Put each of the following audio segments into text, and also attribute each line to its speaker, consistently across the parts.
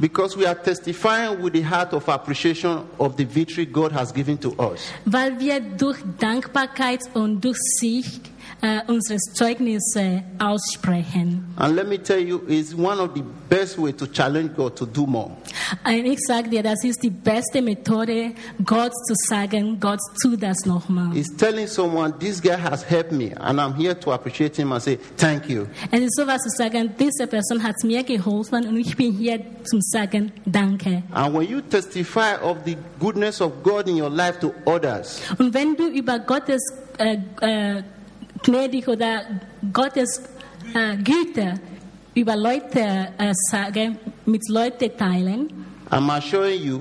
Speaker 1: because we are testifying with the heart of appreciation of the victory God has given to us.
Speaker 2: weil wir durch Dankbarkeit und durch Sieg äh, unsere Zeugnisse aussprechen.
Speaker 1: And let me tell you, it's one of the best way to challenge God to do more.
Speaker 2: Und ich sage dir, das ist die beste Methode, Gott zu sagen, Gott, tu das nochmal.
Speaker 1: It's telling someone, this guy has helped me, and I'm here to appreciate him and say, thank you.
Speaker 2: Es ist sowas zu sagen, diese Person hat mir geholfen und ich bin hier zum Sagen, danke.
Speaker 1: And when you testify of the goodness of God in your life to others,
Speaker 2: Und wenn du über Gottes äh, äh, gnädig oder Gottes äh, Güte über Leute äh, sagen, mit Leuten teilen,
Speaker 1: I'm assuring you,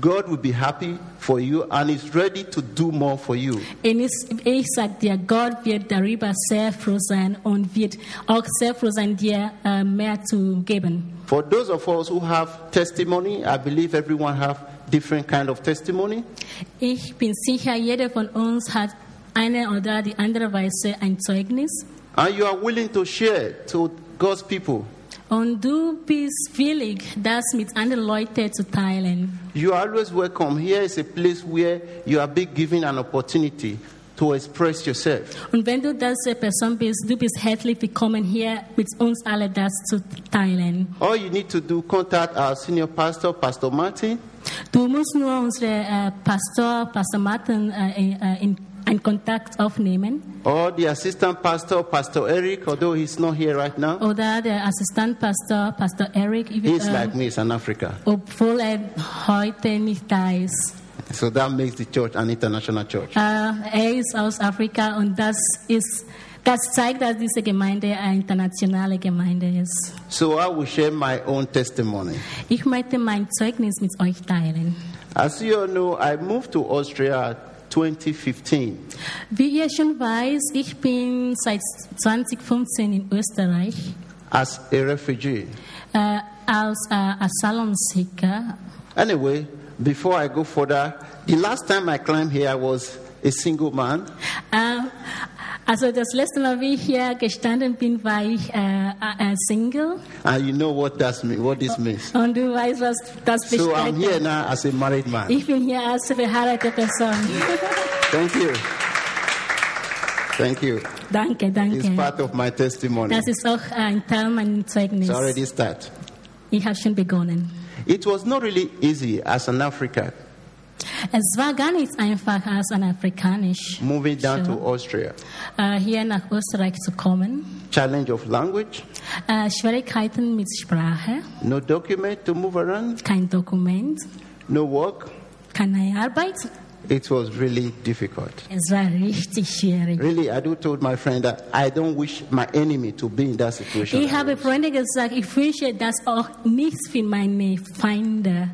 Speaker 1: God will be happy for you and is ready to do more for you.
Speaker 2: Und ich, ich sag dir, Gott wird darüber sehr froh sein und wird auch sehr froh sein, dir äh, mehr zu geben.
Speaker 1: For those of us who have testimony, I believe everyone have different kind of testimony.
Speaker 2: Ich bin sicher, jeder von uns hat eine oder die andere Weise ein Zeugnis.
Speaker 1: And you are willing to share to God's people.
Speaker 2: Und du bist willig, das mit anderen Leuten zu teilen.
Speaker 1: You are always welcome. Here is a place where you are being given an opportunity to express yourself.
Speaker 2: Und wenn du diese Person bist, du bist herzlich willkommen, hier mit uns alle das zu teilen.
Speaker 1: All you need to do, contact our senior pastor, Pastor Martin,
Speaker 2: Du musst nur unsere äh, Pastor, Pastor Martin äh, in, äh, in einen Kontakt aufnehmen.
Speaker 1: or the assistant pastor, Pastor Eric, although he's not here right now.
Speaker 2: Oder der Assistentpastor, Pastor Eric, ich-
Speaker 1: He's
Speaker 2: ähm,
Speaker 1: like me, he's an Africa.
Speaker 2: obwohl er heute nicht da ist.
Speaker 1: So that makes the church an international church.
Speaker 2: Äh, er ist aus Afrika und das, ist, das zeigt, dass diese Gemeinde eine internationale Gemeinde ist.
Speaker 1: So I will share my own testimony.
Speaker 2: Ich möchte mein Zeugnis mit euch teilen.
Speaker 1: As you all know, I moved to Austria 2015.
Speaker 2: Wie ihr schon weiß, ich bin seit 2015 in Österreich
Speaker 1: as a refugee.
Speaker 2: äh, als äh, Asylum-Seeker.
Speaker 1: Anyway, before I go further, the last time I climbed here, I was a single man.
Speaker 2: Äh, also das letzte Mal, wie ich hier gestanden bin, war ich äh, äh, Single.
Speaker 1: And you know what, that's mean, what this means.
Speaker 2: Und du weißt, was das
Speaker 1: So I'm
Speaker 2: bedeutet.
Speaker 1: here now as a married man.
Speaker 2: ich bin hier als verheiratete Person.
Speaker 1: Thank you. Thank you.
Speaker 2: Danke,
Speaker 1: It's
Speaker 2: danke.
Speaker 1: part of my testimony.
Speaker 2: Das ist auch ein Teil meines Zeugnisses.
Speaker 1: It's already start.
Speaker 2: Ich habe schon begonnen.
Speaker 1: It was not really easy as an African
Speaker 2: Es war gar nicht einfach, als ein Afrikanisch
Speaker 1: moving down to
Speaker 2: Sure.
Speaker 1: Austria.
Speaker 2: äh, hier nach Österreich zu kommen.
Speaker 1: Challenge of language,
Speaker 2: Äh, Schwierigkeiten mit Sprache,
Speaker 1: no document to move around,
Speaker 2: kein Dokument,
Speaker 1: no work.
Speaker 2: keine Arbeit.
Speaker 1: It was really difficult.
Speaker 2: Es war richtig schwierig.
Speaker 1: Really, I do told my friend that I don't wish my enemy to be in that situation.
Speaker 2: Ich habe Freunde gesagt, ich wünsche das auch nicht für meine Feinde.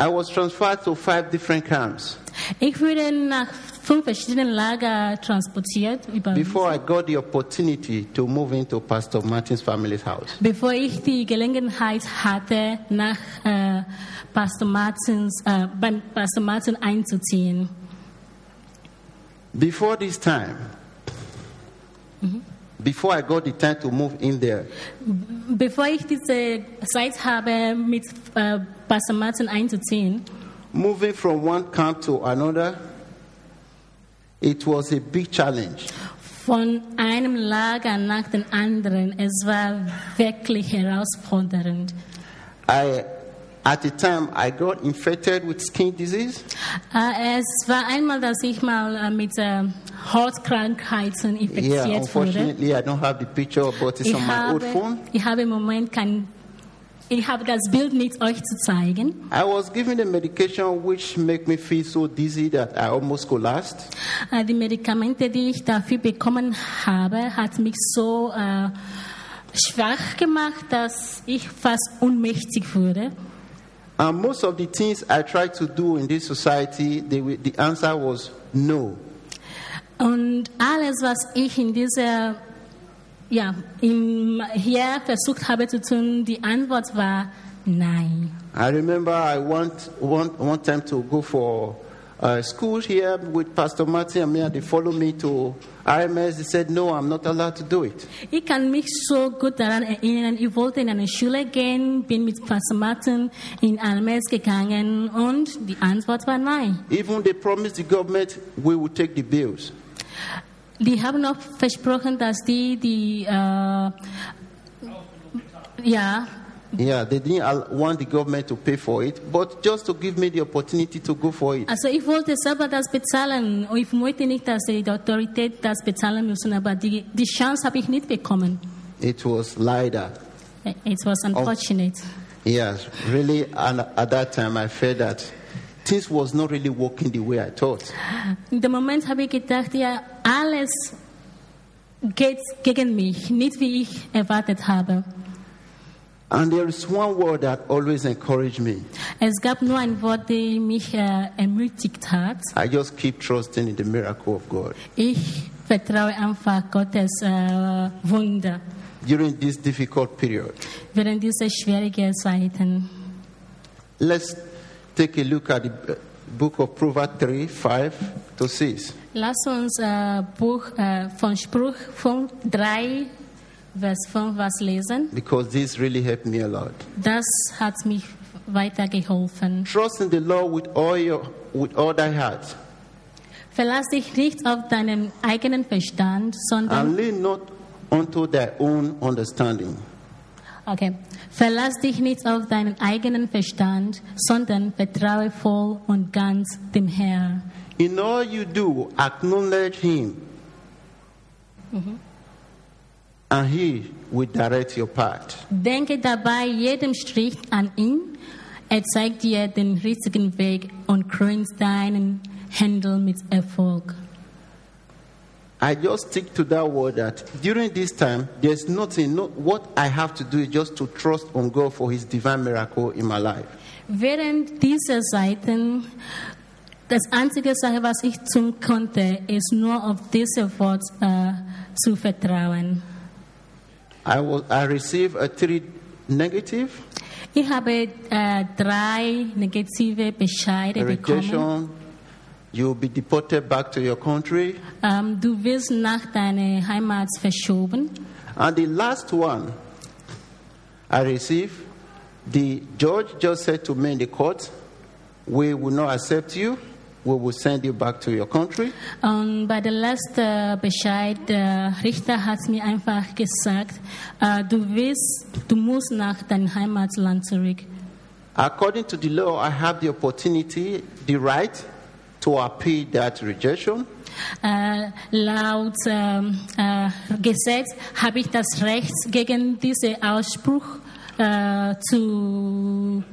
Speaker 1: I was transferred to five different camps.
Speaker 2: Ich wurde nach fünf verschiedenen Lager transportiert, über,
Speaker 1: Before I got the opportunity to move into Pastor Martin's family's house,
Speaker 2: bevor ich die Gelegenheit hatte, nach äh, Pastor Martins, äh, beim Pastor Martin einzuziehen.
Speaker 1: before this time, before I got the time to move in there,
Speaker 2: Bevor ich diese Zeit habe, mit äh, Pastor Martin einzuziehen,
Speaker 1: moving from one camp to another, it was a big challenge.
Speaker 2: von einem Lager nach dem anderen, es war wirklich herausfordernd.
Speaker 1: I, at the time, I got infected with skin disease.
Speaker 2: Äh, Es war einmal, dass ich mal äh, mit ähm, Hautkrankheiten
Speaker 1: Yeah,
Speaker 2: infiziert wurde.
Speaker 1: unfortunately, I don't have the picture, but it's
Speaker 2: Ich
Speaker 1: on my old
Speaker 2: habe,
Speaker 1: phone.
Speaker 2: ich habe im Moment kein, ich habe das Bild nicht euch zu zeigen.
Speaker 1: I was given a medication which made me feel so dizzy that I almost collapsed.
Speaker 2: Äh, Die Medikamente, die ich dafür bekommen habe, hat mich so äh, schwach gemacht, dass ich fast ohnmächtig wurde.
Speaker 1: And most of the things I tried to do in this society, they, were- the answer was no.
Speaker 2: Und alles, was ich in dieser, ja, im, hier versucht habe zu tun, die Antwort war nein.
Speaker 1: I remember I want one, one time to go for uh, school here with Pastor Martin and me, and they follow me to RMS. They said, No, I'm not allowed to do it.
Speaker 2: Ich kann mich so gut daran erinnern, ich wollte in eine Schule gehen, bin mit Pastor Martin in Almes gegangen und die Antwort war nein.
Speaker 1: Even they promised the government we will take the bills.
Speaker 2: Die haben auch versprochen, dass die die äh, ja
Speaker 1: Yeah, they didn't al- want the government to pay for it, but just to give me the opportunity to go for it.
Speaker 2: also ich wollte selber das bezahlen und ich wollte nicht, dass die Autorität das bezahlen müssen, aber die, die Chance habe ich nicht bekommen.
Speaker 1: It was LIDAR.
Speaker 2: It was unfortunate.
Speaker 1: Yes, really, and at that time I felt that things was not really working the way I thought.
Speaker 2: In dem Moment habe ich gedacht, ja, alles geht gegen mich, nicht wie ich erwartet habe.
Speaker 1: And there is one word that always encouraged me.
Speaker 2: Es gab nur ein Wort, das mich äh, ermutigt hat.
Speaker 1: I just keep trusting in the miracle of God.
Speaker 2: Ich vertraue einfach Gottes äh, Wunder
Speaker 1: During this difficult period,
Speaker 2: während dieser schwierigen Zeiten.
Speaker 1: let's take a look at the uh, book of Proverbs 3 5 to 6.
Speaker 2: Lass uns äh, Buch äh, von Spruch 5, 3, Vers 5 was lesen.
Speaker 1: Because this really helped me a lot.
Speaker 2: Das hat mich weitergeholfen.
Speaker 1: Trust in the Lord with all, your, with all thy heart,
Speaker 2: Verlass dich nicht auf deinen eigenen Verstand, sondern
Speaker 1: and lean not unto thy own understanding.
Speaker 2: Okay. Verlass dich nicht auf deinen eigenen Verstand, sondern vertraue voll und ganz dem Herrn.
Speaker 1: In all you do, acknowledge Him, and He will direct your path.
Speaker 2: Denke dabei jedem Strich an ihn. Er zeigt dir den richtigen Weg und krönt deinen Händel mit Erfolg.
Speaker 1: I just stick to that word that during this time, there's nothing. No, what I have to do is just to trust on God for His divine miracle in my life.
Speaker 2: Während dieser Seiten, das einzige Sache, was ich tun konnte, ist nur auf dieses Wort äh, zu vertrauen.
Speaker 1: I was, I received a three negative,
Speaker 2: Ich habe äh, drei negative Bescheide
Speaker 1: a
Speaker 2: bekommen.
Speaker 1: rejection. You'll be deported back to your country.
Speaker 2: Ähm, du wirst nach deiner Heimat verschoben.
Speaker 1: And the last one I received, the judge just said to me in the court, We will not accept you, we will send you back to your country.
Speaker 2: Und bei der letzten Bescheid, der Richter hat mir einfach gesagt, äh, du wirst, du musst nach deinem Heimatland zurück.
Speaker 1: According to the law, I have the opportunity, the right to appeal that rejection.
Speaker 2: Äh, laut ähm, äh, Gesetz habe ich das Recht, gegen diesen Ausspruch äh, zu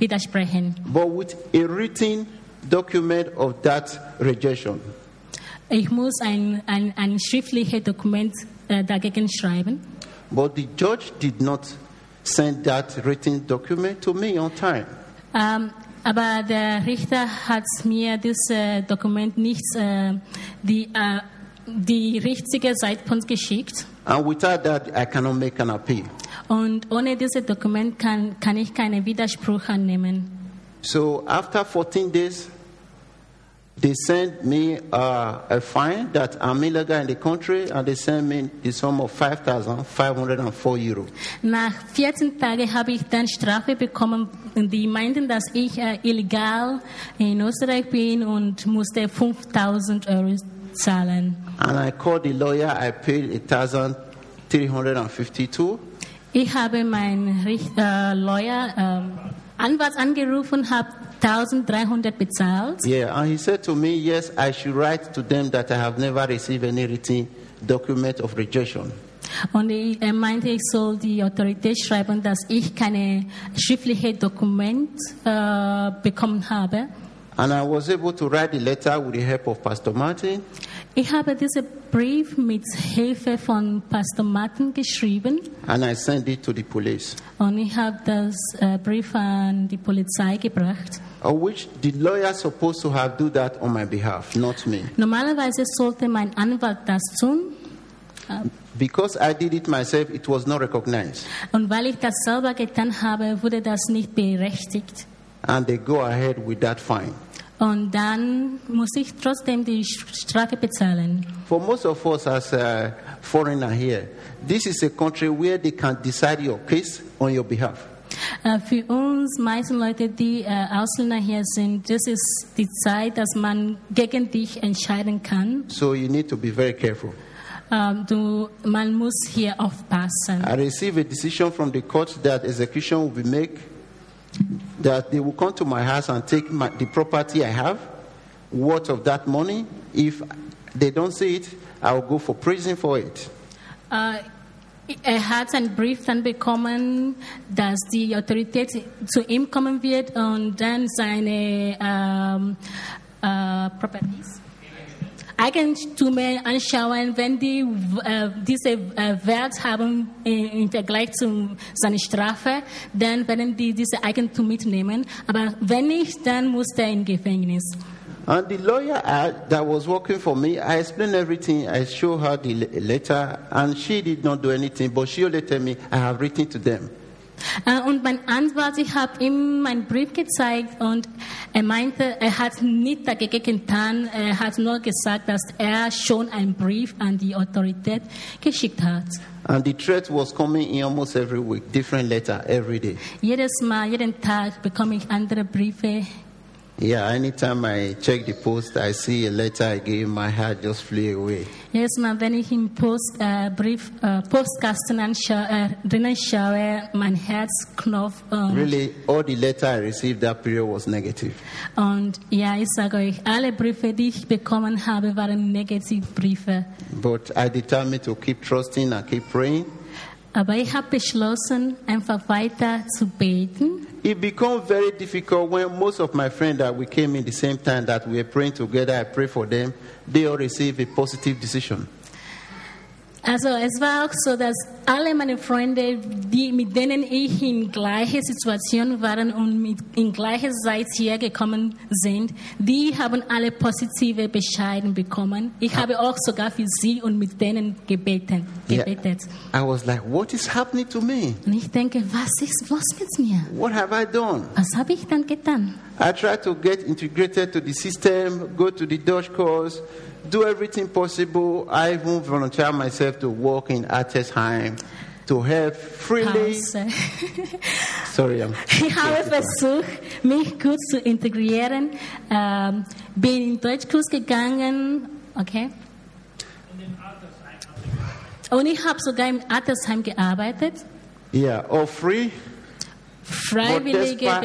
Speaker 2: widersprechen.
Speaker 1: But with a written document of that rejection,
Speaker 2: Ich muss ein, ein, ein schriftliches Dokument äh, dagegen schreiben.
Speaker 1: but the judge did not send that written document to me on time.
Speaker 2: Ähm, aber der Richter hat mir dieses Dokument nicht äh, die, äh, die richtige Zeitpunkt geschickt.
Speaker 1: And without that, I cannot make an appeal.
Speaker 2: Und ohne dieses Dokument kann, kann ich keinen Widerspruch annehmen.
Speaker 1: So after 14 days, they sent me uh, a fine that I'm illegal in the country, and they sent me the sum of 5,504 euro.
Speaker 2: Nach 14 Tagen habe ich dann Strafe bekommen. Die meinten, dass ich äh, illegal in Österreich bin und musste 5000 Euro zahlen.
Speaker 1: And I called the lawyer. I paid 1,352.
Speaker 2: Ich habe meinen Richt- äh, Lawyer, ähm, Anwalt angerufen, habe 1300 bezahlt.
Speaker 1: Yeah, and he said to me, yes, I should write to them that I have never received any written document of rejection.
Speaker 2: Und ich, er meinte, ich soll die Autorität schreiben, dass ich keine schriftliche Dokument äh, bekommen habe.
Speaker 1: And I was able to write the letter with the help of Pastor Martin.
Speaker 2: Ich habe diesen Brief mit Hilfe von Pastor Martin geschrieben
Speaker 1: And I sent it to the police,
Speaker 2: und ich habe das äh, Brief an die Polizei gebracht.
Speaker 1: of which the lawyer supposed to have do that on my behalf, not me.
Speaker 2: Normalerweise sollte mein Anwalt das tun.
Speaker 1: Because I did it myself, it was not recognized.
Speaker 2: Und weil ich das selber getan habe, wurde das nicht berechtigt.
Speaker 1: And they go ahead with that fine.
Speaker 2: Und dann muss ich trotzdem die Strafe bezahlen.
Speaker 1: For most of us as a foreigner here, this is a country where they can decide your case on your behalf.
Speaker 2: Äh, Für uns meisten Leute, die äh, Ausländer hier sind, das ist die Zeit, dass man gegen dich entscheiden kann.
Speaker 1: So you need to be very careful.
Speaker 2: Ähm, Du, man muss hier aufpassen.
Speaker 1: I received a decision from the court that execution will be made, that they will come to my house and take my, the property I have, worth of that money. If they don't see it, I will go for prison for it.
Speaker 2: Äh, Er hat einen Brief dann bekommen, dass die Autorität zu ihm kommen wird und dann seine ähm, äh, Properties, Eigentümer anschauen, wenn die äh, diese äh, Wert haben äh, im Vergleich zu seiner Strafe, dann werden die diese Eigentum mitnehmen. Aber wenn nicht, dann muss er im Gefängnis.
Speaker 1: And the lawyer I, that was working for me, I explained everything. I showed her the le- letter, and she did not do anything, but she only told me, I have written to them.
Speaker 2: Äh, Und mein Anwalt, ich habe ihm meinen Brief gezeigt und er meinte, er hat nichts dagegen getan. Er hat nur gesagt, dass er schon einen Brief an die Autorität geschickt hat.
Speaker 1: And the threat was coming in almost every week, different letter every day.
Speaker 2: Jedes Mal, jeden Tag bekomme ich andere Briefe.
Speaker 1: Yeah, anytime I check the post, I see a letter again, my heart just flew away.
Speaker 2: Jedes Mal, wenn ich im Post, äh, Brief, äh, Postkasten anscha- äh, drinnen schaue, mein ähm, Herz knopft. Und,
Speaker 1: Really, all the letter I received that period was negative.
Speaker 2: und ja, ich sage euch, alle Briefe, die ich bekommen habe, waren Negativbriefe.
Speaker 1: But I determined to keep trusting and keep praying.
Speaker 2: Aber ich habe beschlossen, einfach weiter zu beten.
Speaker 1: It became very difficult when most of my friends that we came in the same time that we were praying together, I pray for them, they all received a positive decision.
Speaker 2: Also es war auch so, dass alle meine Freunde, die, mit denen ich in gleicher Situation waren und mit, in gleicher Zeit hier gekommen sind, die haben alle positive Bescheiden bekommen. Ich habe auch sogar für sie und mit denen gebeten,
Speaker 1: Yeah.
Speaker 2: gebetet.
Speaker 1: I was like, what is happening to me?
Speaker 2: Und ich denke, was ist los mit mir?
Speaker 1: What have I done?
Speaker 2: Was habe ich dann getan?
Speaker 1: I tried to get integrated to the system, go to the Dutch course, do everything possible. I even volunteered myself to work in Artesheim to help freely.
Speaker 2: Pause.
Speaker 1: Sorry, I'm
Speaker 2: Ich habe versucht, mich gut zu integrieren. Ähm, bin in Deutschkurs gegangen, okay. Und ich habe sogar im Altersheim gearbeitet.
Speaker 1: Yeah, all free. But
Speaker 2: Freiwillige
Speaker 1: despite all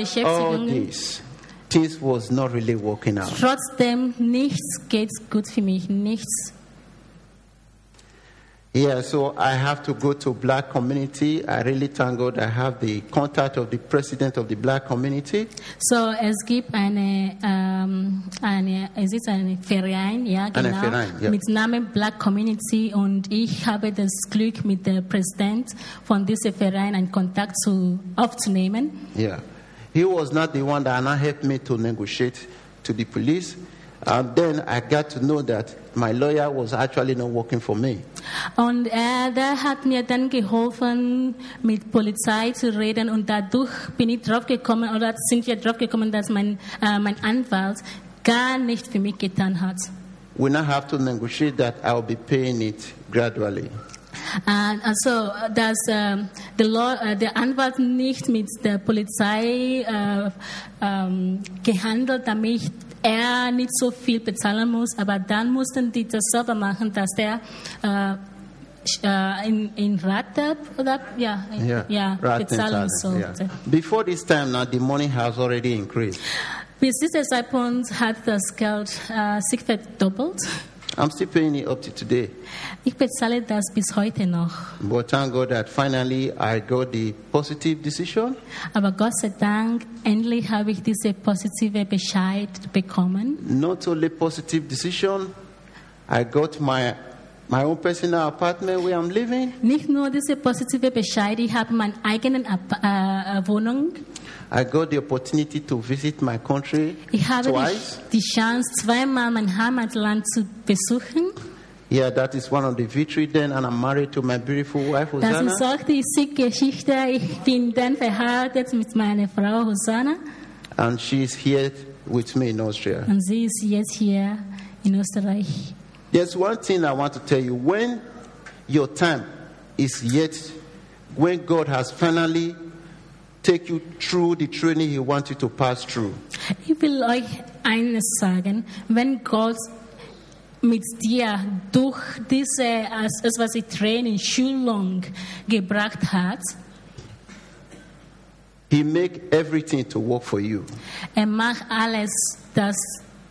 Speaker 2: Beschäftigungen.
Speaker 1: this, things was not really working out.
Speaker 2: Trotzdem, nichts geht gut für mich, nichts.
Speaker 1: Yeah, so I have to go to black community. I really thank God I have the contact of the president of the black community.
Speaker 2: So, es gibt eine, ähm, eine es ist ein Verein, ja,
Speaker 1: Eine
Speaker 2: genau,
Speaker 1: Verein, ja.
Speaker 2: mit Namen Black Community und ich habe das Glück, mit dem Präsident von diesem Verein einen Kontakt zu, aufzunehmen.
Speaker 1: Yeah, he was not the one that now helped me to negotiate to the police. And then I got to know that my lawyer was actually not working for me.
Speaker 2: Und er der hat mir dann geholfen, mit Polizei zu reden und dadurch bin ich draufgekommen oder sind wir draufgekommen, dass mein, äh, mein Anwalt gar nicht für mich getan hat.
Speaker 1: We now have to negotiate that I'll be paying it gradually.
Speaker 2: Äh, also, dass ähm, der, Law, äh, der Anwalt nicht mit der Polizei äh, ähm, gehandelt, damit er nicht so viel bezahlen muss, aber dann mussten die das selber machen, dass der äh, sch- äh, in, in Rate oder ja, in-
Speaker 1: Yeah,
Speaker 2: ja
Speaker 1: Right,
Speaker 2: bezahlen
Speaker 1: thanks, Alice.
Speaker 2: sollte.
Speaker 1: Yeah. Before this time now, the money has already increased.
Speaker 2: Bis dieser Zeitpunkt hat das Geld äh, sich verdoppelt.
Speaker 1: I'm still paying it up to today.
Speaker 2: Ich bezahle das bis heute noch.
Speaker 1: But thank God that finally I got the positive decision.
Speaker 2: Aber Gott sei Dank, endlich habe ich diese positive Bescheid bekommen.
Speaker 1: Not only positive decision, I got my my own personal apartment where I'm living.
Speaker 2: Nicht nur diese positive Bescheid, ich habe meine eigene Ab äh, äh, Wohnung.
Speaker 1: I got the opportunity to visit my country
Speaker 2: Ich habe
Speaker 1: twice.
Speaker 2: die, die Chance, zweimal mein Heimatland zu besuchen.
Speaker 1: Yeah, that is one of the victory then, and I'm married to my beautiful wife
Speaker 2: Das
Speaker 1: Hosanna.
Speaker 2: ist auch die Sieggeschichte. Ich bin dann verheiratet mit meiner Frau Hosanna.
Speaker 1: and she's here with me in Austria.
Speaker 2: And sie ist jetzt hier in Österreich.
Speaker 1: There's one thing I want to tell you. When your time is yet, when God has finally take you through the training He wants you to pass through,
Speaker 2: Ich will euch eines sagen, wenn Gott mit dir durch diese, als- als was ich Training, Schulung gebracht hat,
Speaker 1: He make everything to work for you.
Speaker 2: er macht alles, das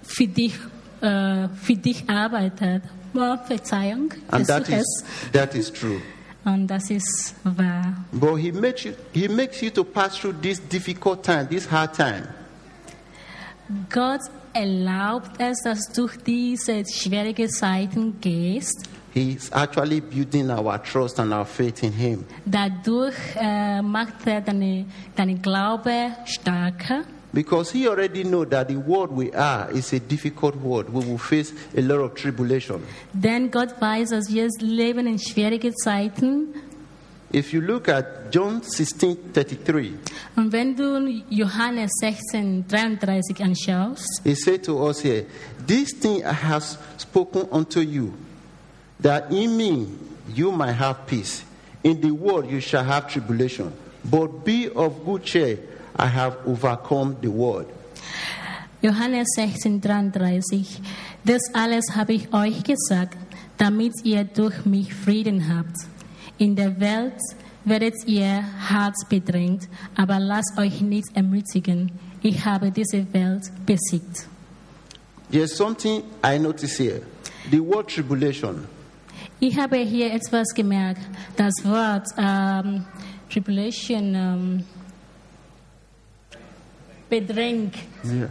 Speaker 2: für dich, äh, für dich arbeitet. Oh, Verzeihung,
Speaker 1: And that
Speaker 2: versuch
Speaker 1: is,
Speaker 2: es.
Speaker 1: that is true.
Speaker 2: Und das ist wahr.
Speaker 1: But he makes, you, he makes you to pass through this difficult time, this hard time.
Speaker 2: Gott erlaubt es, dass du durch diese schwierigen Zeiten gehst.
Speaker 1: He's actually building our trust and our faith in him.
Speaker 2: Dadurch äh, macht er deine, deinen Glaube stärker.
Speaker 1: Because he already know that the world we are is a difficult world. We will face a lot of tribulation.
Speaker 2: Denn Gott weiß, dass wir leben in schwierigen Zeiten.
Speaker 1: If you look at John 16, 33,
Speaker 2: Und wenn du Johannes 16, 33 anschaust,
Speaker 1: he said to us here, This thing I have spoken unto you, that in me you might have peace. In the world you shall have tribulation. But be of good cheer, I have overcome the world.
Speaker 2: Johannes 16, 33, das alles habe ich euch gesagt, damit ihr durch mich Frieden habt. In der Welt werdet ihr hart bedrängt, aber lasst euch nicht ermutigen. Ich habe diese Welt besiegt.
Speaker 1: There's something I notice here. The word tribulation.
Speaker 2: Ich habe hier etwas gemerkt. Das Wort ähm, Tribulation ähm, bedrängt.
Speaker 1: So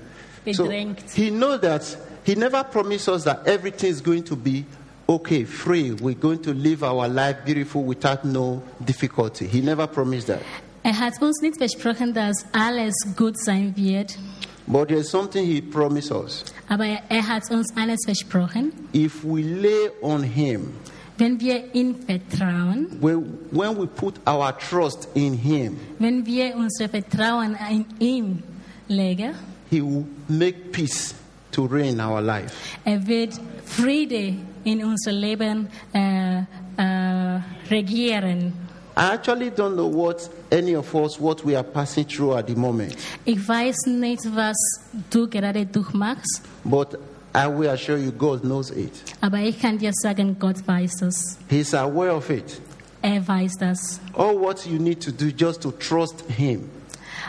Speaker 2: Bedrängt.
Speaker 1: he knows that he never promised us that everything is going to be okay, free. We're going to live our life beautiful without no difficulty. He never promised that.
Speaker 2: Er hat uns nicht versprochen, dass alles gut sein wird,
Speaker 1: But there's something he promised us.
Speaker 2: aber er, er hat uns eines versprochen.
Speaker 1: If we lay on him,
Speaker 2: Wenn wir ihm vertrauen,
Speaker 1: when, when we put our trust in him,
Speaker 2: wenn wir unser Vertrauen in ihm legen,
Speaker 1: he will make peace to reign in our life.
Speaker 2: er wird Friede in unser Leben äh, äh, regieren.
Speaker 1: I actually don't know what any of us what we are passing through at the moment.
Speaker 2: Ich weiß nicht, was du gerade durchmachst,
Speaker 1: But I will assure you, God knows it.
Speaker 2: aber ich kann dir sagen, Gott weiß es.
Speaker 1: He's aware of it.
Speaker 2: Er weiß das.
Speaker 1: All what you need to do just to trust Him.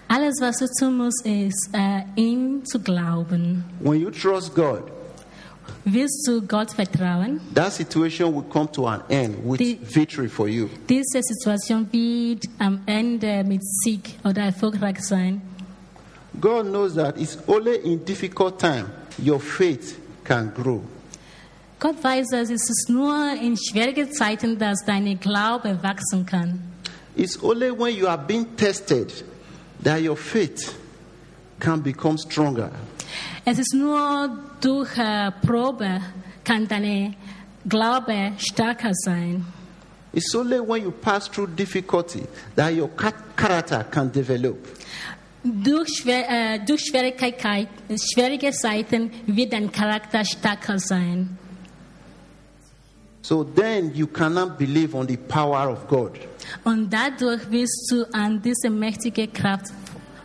Speaker 2: Alles, was du tun musst, ist, äh, ihm zu glauben.
Speaker 1: When you trust God,
Speaker 2: Willst du Gott vertrauen?
Speaker 1: that situation will come to an end with
Speaker 2: The-
Speaker 1: victory for you.
Speaker 2: Diese Situation wird am Ende mit Sieg oder erfolgreich sein.
Speaker 1: God knows that it's only in difficult time your faith can grow.
Speaker 2: Gott weiß, dass es ist nur in schwierigen Zeiten, dass dein Glaube wachsen kann.
Speaker 1: It's only when you are being tested that your faith can become stronger.
Speaker 2: Es ist nur durch äh, Probe kann dein Glaube stärker sein.
Speaker 1: It's only when you pass through difficulty that your cha- character can develop.
Speaker 2: Durch, Schwer, äh, durch Schwierigkeit, schwierige Zeiten wird dein Charakter stärker sein.
Speaker 1: So then you cannot believe on the power of God.
Speaker 2: Und dadurch wirst du an diese mächtige Kraft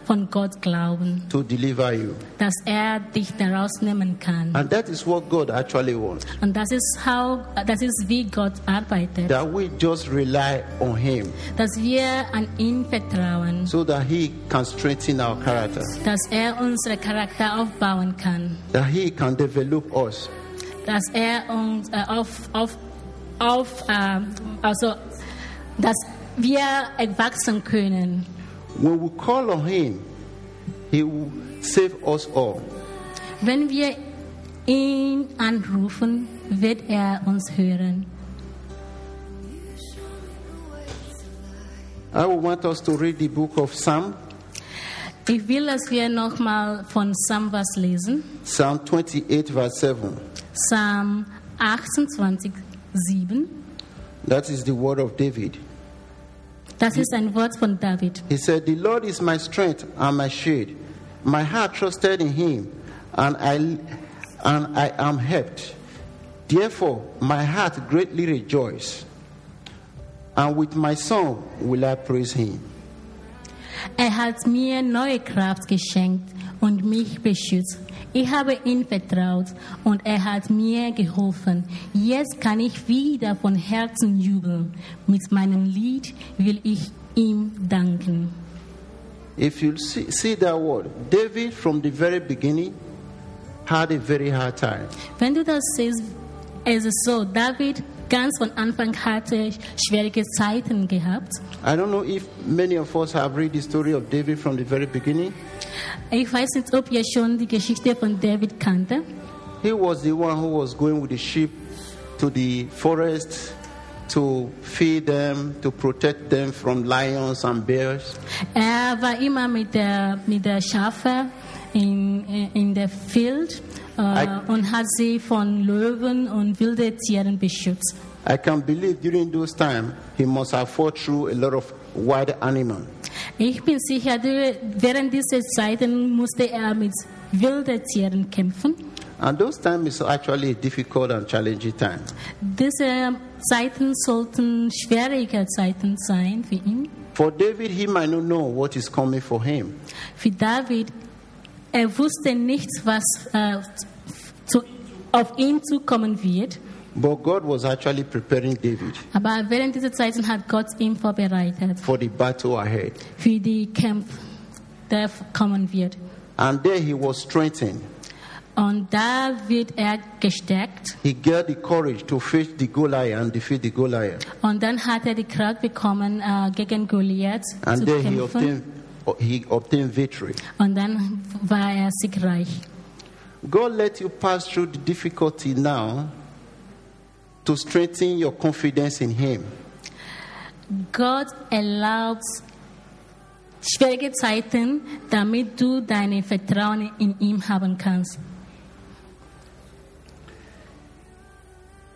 Speaker 2: von Gott glauben,
Speaker 1: to deliver you.
Speaker 2: dass er dich daraus nehmen kann.
Speaker 1: And that is what God actually wants.
Speaker 2: Und das ist, how, das ist wie Gott arbeitet,
Speaker 1: That we just rely on Him
Speaker 2: dass wir an ihn vertrauen,
Speaker 1: so that He can strengthen our character,
Speaker 2: dass er unseren Charakter aufbauen kann.
Speaker 1: that He can develop us.
Speaker 2: dass er uns äh, auf, auf, auf ähm, also dass wir erwachsen können.
Speaker 1: When we call on Him, He will save us all.
Speaker 2: Wenn wir ihn anrufen, wird er uns hören.
Speaker 1: I would want us to read the book of Psalm,
Speaker 2: Ich will, dass wir nochmal von Psalm was lesen.
Speaker 1: Psalm 28, verse 7.
Speaker 2: Psalm 28, 7.
Speaker 1: That is the word of David.
Speaker 2: Das ist ein Wort von David.
Speaker 1: He said, The Lord is my strength and my shade. My heart trusted in him, and I, and I am helped. Therefore, my heart greatly rejoiced, and with my song will I praise him.
Speaker 2: Er hat mir neue Kraft geschenkt und mich beschützt. Ich habe ihm vertraut und er hat mir geholfen. Jetzt kann ich wieder von Herzen jubeln. Mit meinem Lied will ich ihm danken.
Speaker 1: If you see, see that word, David from the very beginning had a very hard time.
Speaker 2: Wenn du das siehst, es ist so, David ganz von Anfang hatte schwierige Zeiten gehabt.
Speaker 1: I don't know if many of us have read the story of David from the very beginning.
Speaker 2: Ich weiß nicht, ob ihr schon die Geschichte von David kannte.
Speaker 1: He was the one who was going with the sheep to the forest to feed them, to protect them from lions and bears.
Speaker 2: Er war immer mit der, mit der Schafe in, in der Field äh,
Speaker 1: Ei-
Speaker 2: und hat sie von Löwen und wilden Tieren beschützt.
Speaker 1: I can believe during those times he must have fought through a lot of wild animals.
Speaker 2: Ich bin sicher, du- während dieser Zeiten musste er mit wilden Tieren kämpfen.
Speaker 1: And those times is actually a difficult and challenging time.
Speaker 2: Diese Zeiten sollten schwierige Zeiten sein für ihn.
Speaker 1: For David, he might not know what is coming for him.
Speaker 2: Für David, er wusste nicht, was äh, zu, auf ihn zukommen wird.
Speaker 1: But God was actually preparing David
Speaker 2: Aber während dieser Zeiten hat Gott ihn vorbereitet
Speaker 1: for the battle ahead.
Speaker 2: für die Kämpfe, der kommen wird.
Speaker 1: And there he was strengthened.
Speaker 2: Und da wird er gestärkt
Speaker 1: He got the courage to face the Goliath and defeat the Goliath.
Speaker 2: und dann hat er die Kraft bekommen, äh, gegen Goliath
Speaker 1: And
Speaker 2: zu
Speaker 1: there he
Speaker 2: kämpfen.
Speaker 1: obtained, he obtained victory.
Speaker 2: Und dann war er siegreich.
Speaker 1: God let you pass through the difficulty now to strengthen your confidence in him.
Speaker 2: Gott erlaubt schwierige Zeiten, damit du dein Vertrauen in ihm haben kannst.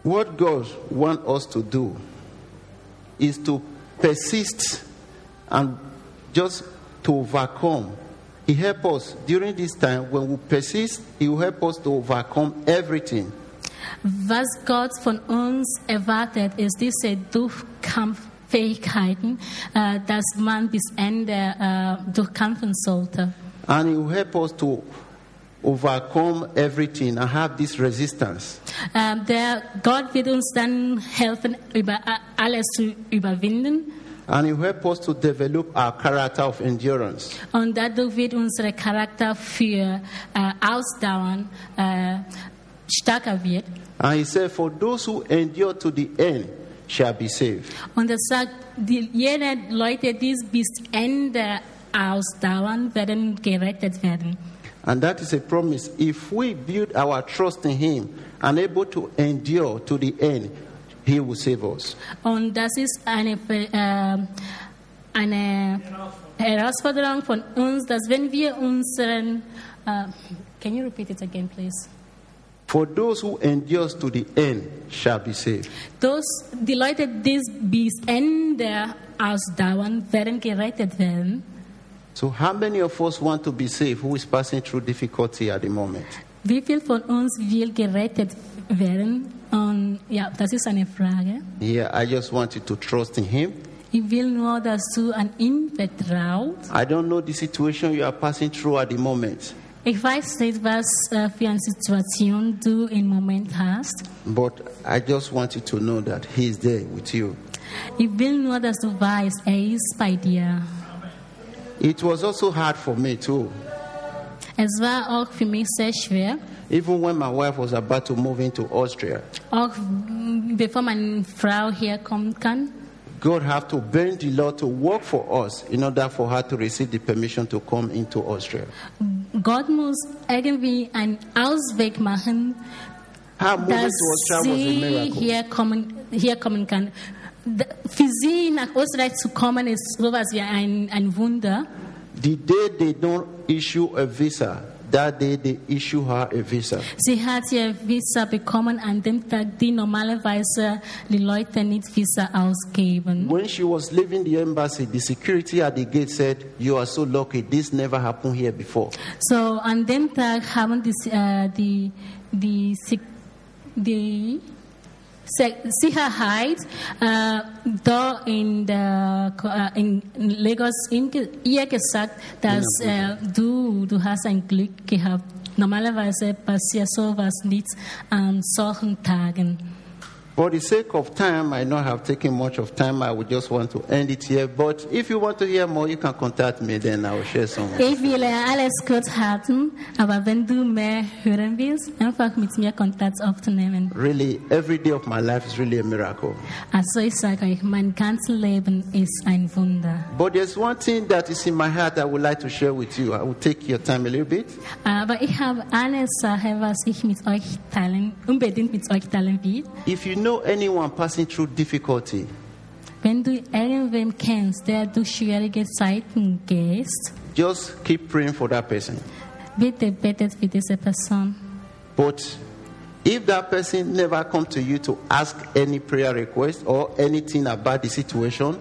Speaker 1: What God wants us to do is to persist and just to overcome. He helps us during this time when we persist, He will help us to overcome everything.
Speaker 2: Was Gott von uns erwartet, ist diese Durchkampffähigkeiten, äh, dass man bis Ende äh, durchkämpfen sollte.
Speaker 1: And He will help us to overcome everything and have this resistance.
Speaker 2: Ähm, der Gott wird uns dann helfen, über a- alles zu überwinden
Speaker 1: And He will help us to develop our character of endurance.
Speaker 2: und dadurch wird unser Charakter für äh, Ausdauern äh, stärker wird.
Speaker 1: And He said, For those who endure to the end shall be saved.
Speaker 2: Und er sagt, die, jene Leute, die es bis Ende ausdauern, werden gerettet werden.
Speaker 1: And that is a promise. If we build our trust in Him and able to endure to the end, He will save us.
Speaker 2: Und das ist eine, äh, eine Herausforderung von uns, dass wenn wir unseren... Äh, can you repeat it again, please?
Speaker 1: For those who endure to the end shall be saved.
Speaker 2: Those, die Leute, die es bis Ende ausdauern, werden gerettet werden.
Speaker 1: So, how many of us want to be saved who is passing through difficulty at the moment?
Speaker 2: Wie viel von uns will gerettet werden? Und ja, das ist eine Frage.
Speaker 1: Yeah, I just want you to trust in Him.
Speaker 2: Ich will nur, dass du an ihn vertraust.
Speaker 1: I don't know the situation you are passing through at the moment,
Speaker 2: Ich weiß nicht, was äh, für eine Situation du im Moment hast.
Speaker 1: but I just want you to know that He is there with you.
Speaker 2: Ich will nur, dass du weißt, er ist bei dir.
Speaker 1: It was also hard for me, too.
Speaker 2: Es war auch für mich sehr schwer,
Speaker 1: Even when my wife was about to move into Austria,
Speaker 2: auch mm, bevor meine Frau herkommen kann.
Speaker 1: God have to bend the law to work for us in order for her to receive the permission to come into Austria.
Speaker 2: Gott muss irgendwie einen Ausweg machen,
Speaker 1: Her moving
Speaker 2: dass
Speaker 1: to Austria was a
Speaker 2: sie
Speaker 1: miracle.
Speaker 2: herkommen, herkommen kann. D- Für sie nach Österreich zu kommen, ist sowas wie ein, ein Wunder.
Speaker 1: The day they don't issue a visa, That day they issue her a visa.
Speaker 2: Sie hat ihr Visa bekommen, an dem Tag, die normalerweise die Leute nicht Visa ausgeben.
Speaker 1: When she was leaving the embassy, the security at the gate said, You are so lucky, this never happened here before.
Speaker 2: So, an dem Tag haben die, äh, die, die, Sek- die Se- Sicherheit äh, da in, der, Ko- äh, in in Lagos ihm, ge- ihr gesagt, dass äh, du, du hast ein Glück gehabt. Normalerweise passiert sowas nicht an solchen Tagen.
Speaker 1: For the sake of time, I not have taken much of time. I would just want to end it here. But if you want to hear more, you can contact me. Then I will share some.
Speaker 2: Ich will alles kurz halten, aber wenn du mehr hören willst, einfach mit mir Kontakt aufnehmen.
Speaker 1: Really, every day of my life is really a miracle.
Speaker 2: Also ich sage euch, mein ganzes Leben ist ein Wunder.
Speaker 1: But there's one thing that is in my heart I would like to share with you. I will take your time a little bit.
Speaker 2: Aber ich habe eine Sache, was ich mit euch teilen, unbedingt mit euch teilen will.
Speaker 1: If you know anyone passing through difficulty,
Speaker 2: Wenn du irgendwen kennst, der durch schwierige Zeiten geht,
Speaker 1: just keep praying for that person.
Speaker 2: bitte betet für diese Person.
Speaker 1: But if that person never come to you to ask any prayer request or anything about the situation,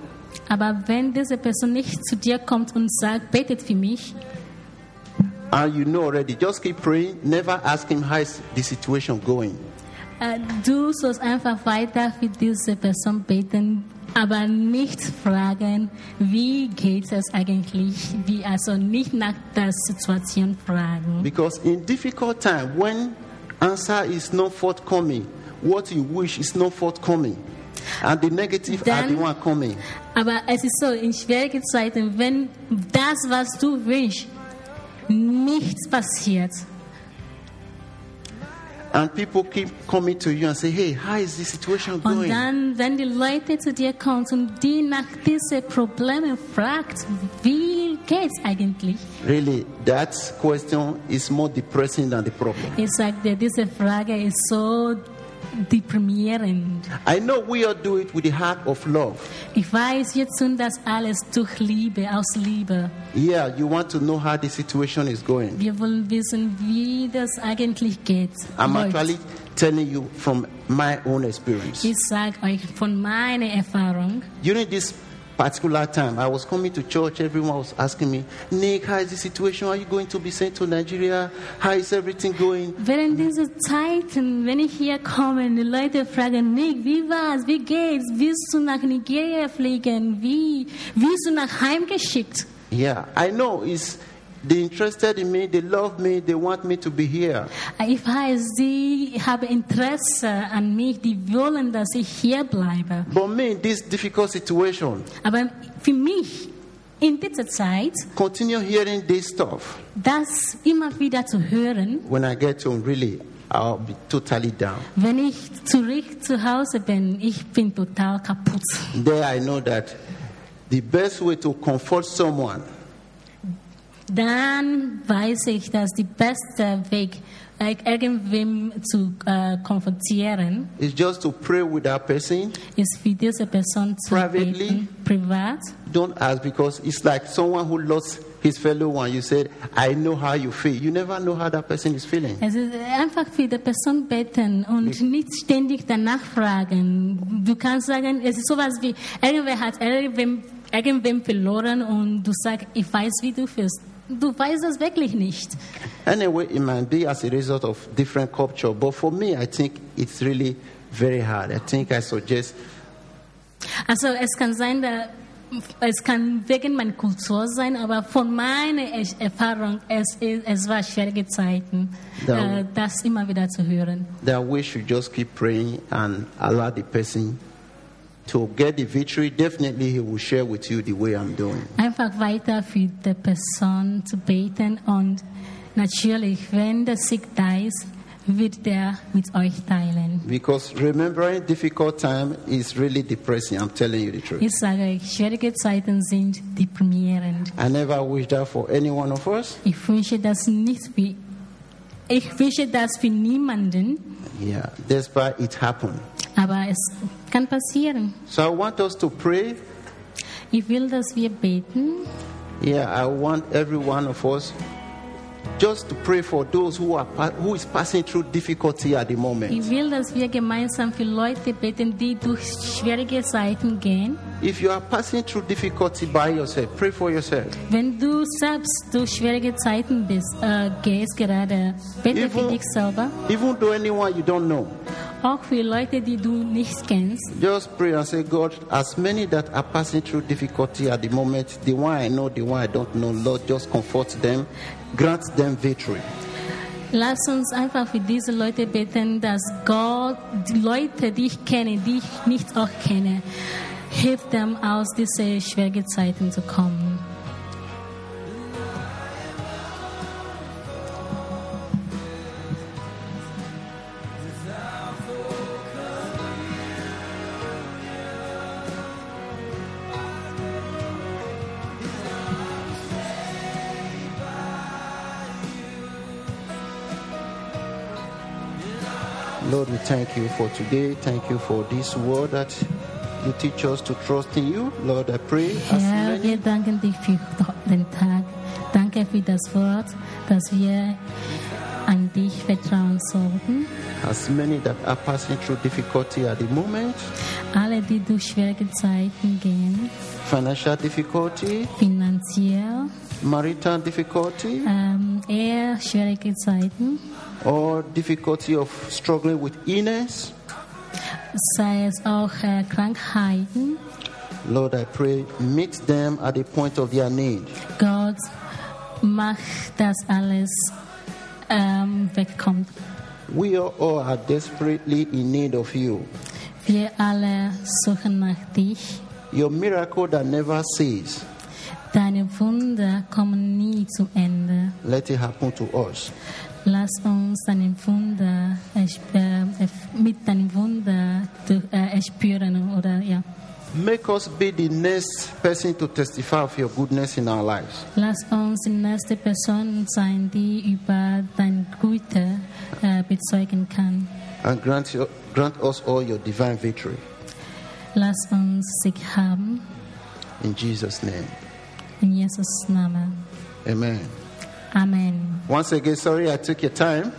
Speaker 2: Aber wenn diese Person nicht zu dir kommt und sagt, betet für mich,
Speaker 1: and you know already, just keep praying, never ask him how is the situation going.
Speaker 2: äh, du sollst einfach weiter für diese Person beten, aber nicht fragen, wie geht es eigentlich, wie also nicht nach der Situation fragen.
Speaker 1: Because in difficult time, when answer is not forthcoming, what you wish is not forthcoming, and the negative are the
Speaker 2: Then-
Speaker 1: one coming.
Speaker 2: Aber es ist so, in schwierigen Zeiten, wenn das, was du wünschst, nichts passiert,
Speaker 1: And people keep coming to you and say, hey, how is the situation
Speaker 2: und
Speaker 1: going?
Speaker 2: dann, wenn die Leute zu dir kommen und die nach diesen Problemen fragt, wie geht's eigentlich?
Speaker 1: Really, that question is more depressing than the problem.
Speaker 2: Ich sage dir, diese Frage ist so deprimierend.
Speaker 1: I know we all do it with the heart of love.
Speaker 2: Ich weiß, wir tun das alles durch Liebe, aus Liebe.
Speaker 1: Yeah, you want to know how the situation is going.
Speaker 2: Wir wollen wissen, wie das eigentlich geht.
Speaker 1: I'm
Speaker 2: läuft.
Speaker 1: actually telling you from my own experience.
Speaker 2: Ich sage euch von meiner Erfahrung.
Speaker 1: During this particular time, I was coming to church. Everyone was asking me, Nick, how is the situation? Are you going to be sent to Nigeria? How is everything going?
Speaker 2: Während dieser Zeiten, wenn ich hier komme, die Leute fragen Nick, wie war's, wie geht's, willst du nach Nigeria fliegen, wie, wirst du nach Heim geschickt?
Speaker 1: Yeah, I know it's they interested in me, they love me, they want me to be here.
Speaker 2: Ich weiß, sie haben Interesse an mich, die wollen, dass ich hier bleibe.
Speaker 1: But me in this difficult situation,
Speaker 2: Aber für mich in dieser Zeit,
Speaker 1: continue hearing this stuff.
Speaker 2: das immer wieder zu hören,
Speaker 1: When I get home, really, I'll be totally down.
Speaker 2: wenn ich zurück zu Hause bin, ich bin total kaputt.
Speaker 1: There I know that the best way to comfort someone
Speaker 2: Dann weiß ich, dass der beste Weg, äh, irgendwem zu äh, konfrontieren,
Speaker 1: is just to pray with that person.
Speaker 2: ist für diese Person zu
Speaker 1: Privately?
Speaker 2: beten, privat.
Speaker 1: Don't ask because it's like someone who lost his fellow one. You said, I know how you feel. You never know how that person is feeling.
Speaker 2: Es ist einfach für die Person beten und nicht ständig danach fragen. Du kannst sagen, es ist sowas wie, irgendwer hat irgendwem, irgendwem verloren und du sagst, ich weiß, wie du fühlst. Du weißt das wirklich nicht.
Speaker 1: Anyway, it might be as a result of different culture, but for me, I think it's really very hard. I think I suggest
Speaker 2: Also es kann sein, da, es kann wegen meiner Kultur sein, aber von meiner Esch- Erfahrung, es, ist- es war schwierige Zeiten,
Speaker 1: Da-
Speaker 2: äh, das immer wieder zu hören.
Speaker 1: that we should just keep praying and allow the person to get the victory. Definitely, he will share with you the way I'm doing.
Speaker 2: Einfach weiter für die Person zu beten und natürlich, wenn der Sieg da ist, wird der mit euch teilen.
Speaker 1: Because remembering difficult time is really depressing. I'm telling you the truth.
Speaker 2: Ich sage euch, schwierige Zeiten sind deprimierend.
Speaker 1: I never wish that for any one of us.
Speaker 2: Ich wünsche das nicht für, ich wünsche das für niemanden,
Speaker 1: Yeah, despite it happened.
Speaker 2: aber es kann passieren.
Speaker 1: So I want us to pray.
Speaker 2: Ich will, dass wir beten.
Speaker 1: Yeah, I want every one of us just to pray for those who are pa- who is passing through difficulty at the moment.
Speaker 2: Ich will, dass wir gemeinsam für Leute beten, die durch schwierige Zeiten gehen.
Speaker 1: If you are passing through difficulty by yourself, pray for yourself.
Speaker 2: Wenn du selbst durch schwierige Zeiten bist, äh, gehst gerade, bete für
Speaker 1: Even-
Speaker 2: dich selber.
Speaker 1: Even though anyone you don't know,
Speaker 2: Auch für Leute, die du nicht kennst.
Speaker 1: just pray and say, God, as many that are passing through difficulty at the moment, the one I know, the one I don't know, Lord, just comfort them, grant them victory.
Speaker 2: Lass uns einfach für diese Leute beten, dass Gott die Leute, die ich kenne, die ich nicht auch kenne, hilft dem aus diese schwierigen Zeiten zu kommen.
Speaker 1: Lord, we thank you for today. Thank you for this word that you teach us to trust in you. Lord, I pray as
Speaker 2: Herr,
Speaker 1: many
Speaker 2: wir danken dich für den Tag. Danke für das Wort, dass wir an dich vertrauen sollten.
Speaker 1: as many that are passing through difficulty at the moment,
Speaker 2: Alle, die durch schwierige Zeiten gehen,
Speaker 1: financial difficulty,
Speaker 2: finanziell,
Speaker 1: marital difficulty,
Speaker 2: ähm, eher schwierige Zeiten,
Speaker 1: or difficulty of struggling with illness.
Speaker 2: sei es auch äh, Krankheiten.
Speaker 1: Lord, I pray meet them at the point of their need.
Speaker 2: Gott macht, dass alles ähm, wegkommt.
Speaker 1: We are all are desperately in need of you.
Speaker 2: Wir alle suchen nach dich.
Speaker 1: Your miracle that never ceases.
Speaker 2: Deine Wunder kommen nie zu Ende.
Speaker 1: Let it happen to us.
Speaker 2: Lass uns deine Wunder ersp- äh, erf- mit deinem Wunder durch- äh, erspüren oder ja.
Speaker 1: Make us be the next person to testify of your goodness in our lives.
Speaker 2: Lass uns die nächste Person sein, die über dein Gute äh, bezeugen kann.
Speaker 1: And grant, your, grant us all your divine victory.
Speaker 2: Lass uns Sieg haben
Speaker 1: In Jesus' name.
Speaker 2: in Jesus Namen.
Speaker 1: Amen.
Speaker 2: Amen.
Speaker 1: Once again, sorry I took your time.